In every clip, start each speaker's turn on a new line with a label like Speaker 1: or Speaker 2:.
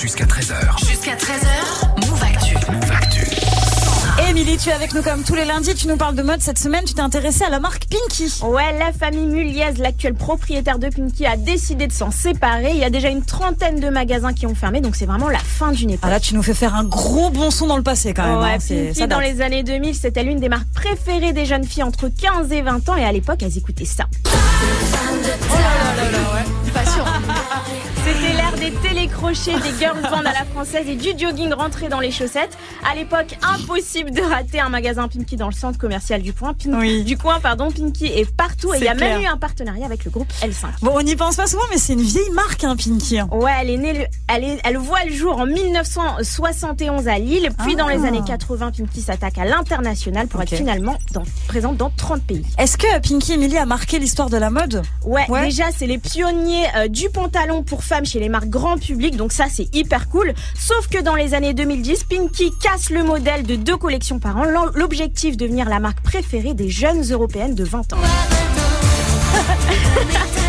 Speaker 1: jusqu'à 13h.
Speaker 2: Jusqu'à 13h, Move Actu.
Speaker 1: Move Actu.
Speaker 3: Émilie, tu es avec nous comme tous les lundis, tu nous parles de mode cette semaine, tu t'es intéressée à la marque Pinky.
Speaker 4: Ouais, la famille Muliez, l'actuel propriétaire de Pinky, a décidé de s'en séparer. Il y a déjà une trentaine de magasins qui ont fermé, donc c'est vraiment la fin d'une époque.
Speaker 3: Ah là, tu nous fais faire un gros bon son dans le passé quand même.
Speaker 4: Ouais,
Speaker 3: hein, c'est-
Speaker 4: Pinky,
Speaker 3: ça
Speaker 4: dans
Speaker 3: date.
Speaker 4: les années 2000, c'était l'une des marques préférées des jeunes filles entre 15 et 20 ans, et à l'époque, elles écoutaient ça. C'était l'ère des télécrochets, des girl bands à la française et du jogging rentré dans les chaussettes. À l'époque, impossible de rater un magasin Pinky dans le centre commercial du, point, Pin-
Speaker 3: Oui.
Speaker 4: du coin. Pardon, Pinky est partout et il y a
Speaker 3: C'est clair.
Speaker 4: même eu un partenariat avec le groupe L5.
Speaker 3: Bon, on n'y pense pas souvent, mais c'est une vieille marque, hein, Pinky. hein.
Speaker 4: Ouais, elle est née, le- elle, est- elle voit le jour en 1971 à Lille, puis dans les années 80, Pinky s'attaque à l'international pour
Speaker 3: Ah. Ok.
Speaker 4: être finalement dans- présente dans 30 pays.
Speaker 3: Est-ce que Pinky Emily a marqué l'histoire de la mode
Speaker 4: Ouais,
Speaker 3: Ouais.
Speaker 4: déjà, c'est les pionniers euh, du pantalon pour femmes chez les marques grand public, donc ça, c'est hyper cool. Sauf que dans les années 2010, Pinky casse le modèle de deux collections par an, l'en- l'objectif devenir la marque préférée des jeunes européennes de 20 ans.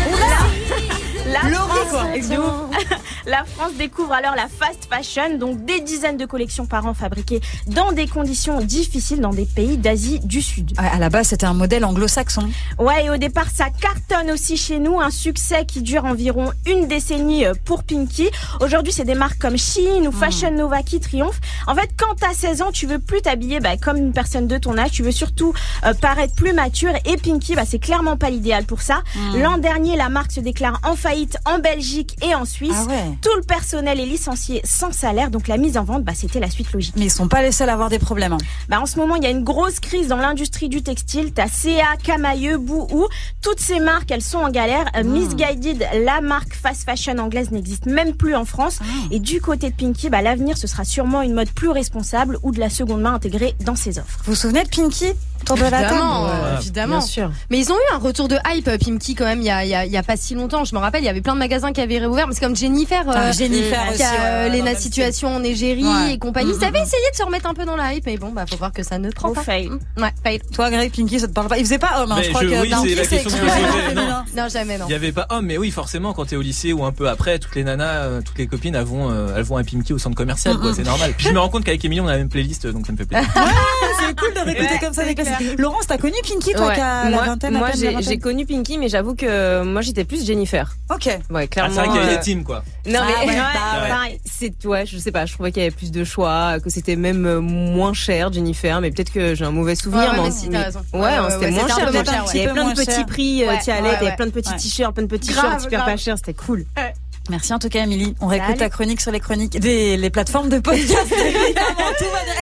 Speaker 4: La France, de ouf. la France découvre alors la fast fashion, donc des dizaines de collections par an fabriquées dans des conditions difficiles dans des pays d'Asie du Sud.
Speaker 3: Ouais, À la base, c'était un modèle anglo-saxon.
Speaker 4: Ouais, et au départ, ça cartonne aussi chez nous, un succès qui dure environ une décennie euh, pour Pinky. Aujourd'hui, c'est des marques comme Shein
Speaker 3: Hmm.
Speaker 4: ou Fashion Nova qui triomphent. En fait, quand t'as 16 ans, tu veux plus t'habiller bah, comme une personne de ton âge, tu veux surtout euh, paraître plus mature, et Pinky, bah, c'est clairement pas l'idéal pour ça.
Speaker 3: Hmm.
Speaker 4: L'an dernier, la marque se déclare en faillite en Belgique et en Suisse.
Speaker 3: Ah ouais.
Speaker 4: Tout le personnel est licencié sans salaire, donc la mise en vente, bah, c'était la suite logique.
Speaker 3: Mais ils sont pas les seuls à avoir des problèmes. hein.
Speaker 4: Bah, en ce moment, il y a une grosse crise dans l'industrie du textile. T'as CA, Camailleux, Bouhou. Toutes ces marques, elles sont en galère. Euh, Misguided, la marque fast fashion anglaise n'existe même plus en France. Et du côté de Pinky, bah, l'avenir, ce sera sûrement une mode plus responsable ou de la seconde main intégrée dans ses offres.
Speaker 3: Vous vous souvenez de Pinky autour de la table
Speaker 5: Évidemment, euh, évidemment. Mais ils ont eu un retour de hype, euh, Pimki, quand même, il y a, il y a- il y a pas si longtemps. Je me rappelle, il y avait plein de magasins qui avaient réouvert. Mais c'est comme Jennifer, euh,
Speaker 3: Ah, Jennifer
Speaker 5: qui a
Speaker 3: aussi, ouais,
Speaker 5: euh,
Speaker 3: ouais, dans le
Speaker 5: Lena
Speaker 3: même
Speaker 5: Situation en Égérie
Speaker 3: Ouais. Mm-hmm.
Speaker 5: et compagnie. Ils avaient essayé de se remettre un peu dans la hype, mais bon, bah faut voir que ça ne prend
Speaker 4: Gros
Speaker 5: pas.
Speaker 4: fail.
Speaker 5: Mm, Ouais, fail.
Speaker 3: Toi, Greg, Pinky, ça te parle pas. Il faisait pas homme, hein.
Speaker 6: Mais
Speaker 3: je crois
Speaker 6: je-
Speaker 3: que
Speaker 6: oui,
Speaker 3: Pinky,
Speaker 6: c'est la question que je
Speaker 3: exclusivement
Speaker 6: me posais,
Speaker 3: féminin.
Speaker 5: Non, jamais, non.
Speaker 6: Il n'y avait pas homme, mais oui, forcément, quand t'es au lycée ou un peu après, toutes les nanas, euh, toutes les copines, elles vont, euh, elles vont à Pimki au centre commercial,
Speaker 7: Mm,
Speaker 6: quoi, c'est normal. Puis je me rends compte qu'avec Émilie, on a la même playlist, donc ça me fait plaisir.
Speaker 3: C'est cool de réécouter comme ça des classiques. Laurence, t'as connu Pinky, toi,
Speaker 7: Ouais.
Speaker 3: qui a la
Speaker 7: moi,
Speaker 3: vingtaine à
Speaker 7: moi,
Speaker 3: peine, la
Speaker 7: j'ai
Speaker 3: vingtaine
Speaker 7: j'ai connu Pinky, mais j'avoue que euh, moi j'étais plus Jennifer.
Speaker 3: Ok.
Speaker 7: Ouais,
Speaker 6: Ah, c'est
Speaker 7: clairement.
Speaker 6: vrai qu'il y a
Speaker 7: euh,
Speaker 6: des teams, quoi.
Speaker 7: Non mais
Speaker 3: Ah ouais,
Speaker 4: bah ouais.
Speaker 7: pareil. c'est ouais, je sais pas. Je trouvais qu'il y avait plus de choix, que c'était même euh, moins cher Jennifer, mais peut-être que j'ai un mauvais
Speaker 5: Ouais,
Speaker 7: souvenir.
Speaker 5: ouais,
Speaker 7: mais
Speaker 5: mais
Speaker 7: aussi-
Speaker 5: si,
Speaker 7: mais-
Speaker 5: t'as raison.
Speaker 7: Ouais,
Speaker 5: Ouais,
Speaker 7: hein,
Speaker 5: ouais,
Speaker 7: c'était
Speaker 5: ouais,
Speaker 7: moins
Speaker 5: c'était un
Speaker 7: cher.
Speaker 5: peu
Speaker 7: Jennifer.
Speaker 5: moins cher, ouais.
Speaker 7: Il y avait
Speaker 3: Un
Speaker 7: plein de
Speaker 3: peu moins
Speaker 7: petits
Speaker 3: cher.
Speaker 7: prix.
Speaker 5: Ouais,
Speaker 7: euh, T'y allais,
Speaker 5: ouais,
Speaker 7: t'avais
Speaker 5: ouais.
Speaker 7: plein de petits
Speaker 3: Ouais.
Speaker 7: t-shirts, plein de petits
Speaker 5: Grave,
Speaker 7: shorts hyper
Speaker 5: grave.
Speaker 7: pas chers. C'était cool.
Speaker 3: Merci en tout cas, Émilie. On réécoute
Speaker 4: Salut.
Speaker 3: ta chronique sur les chroniques des les plateformes de podcast. évidemment. Tout va bien.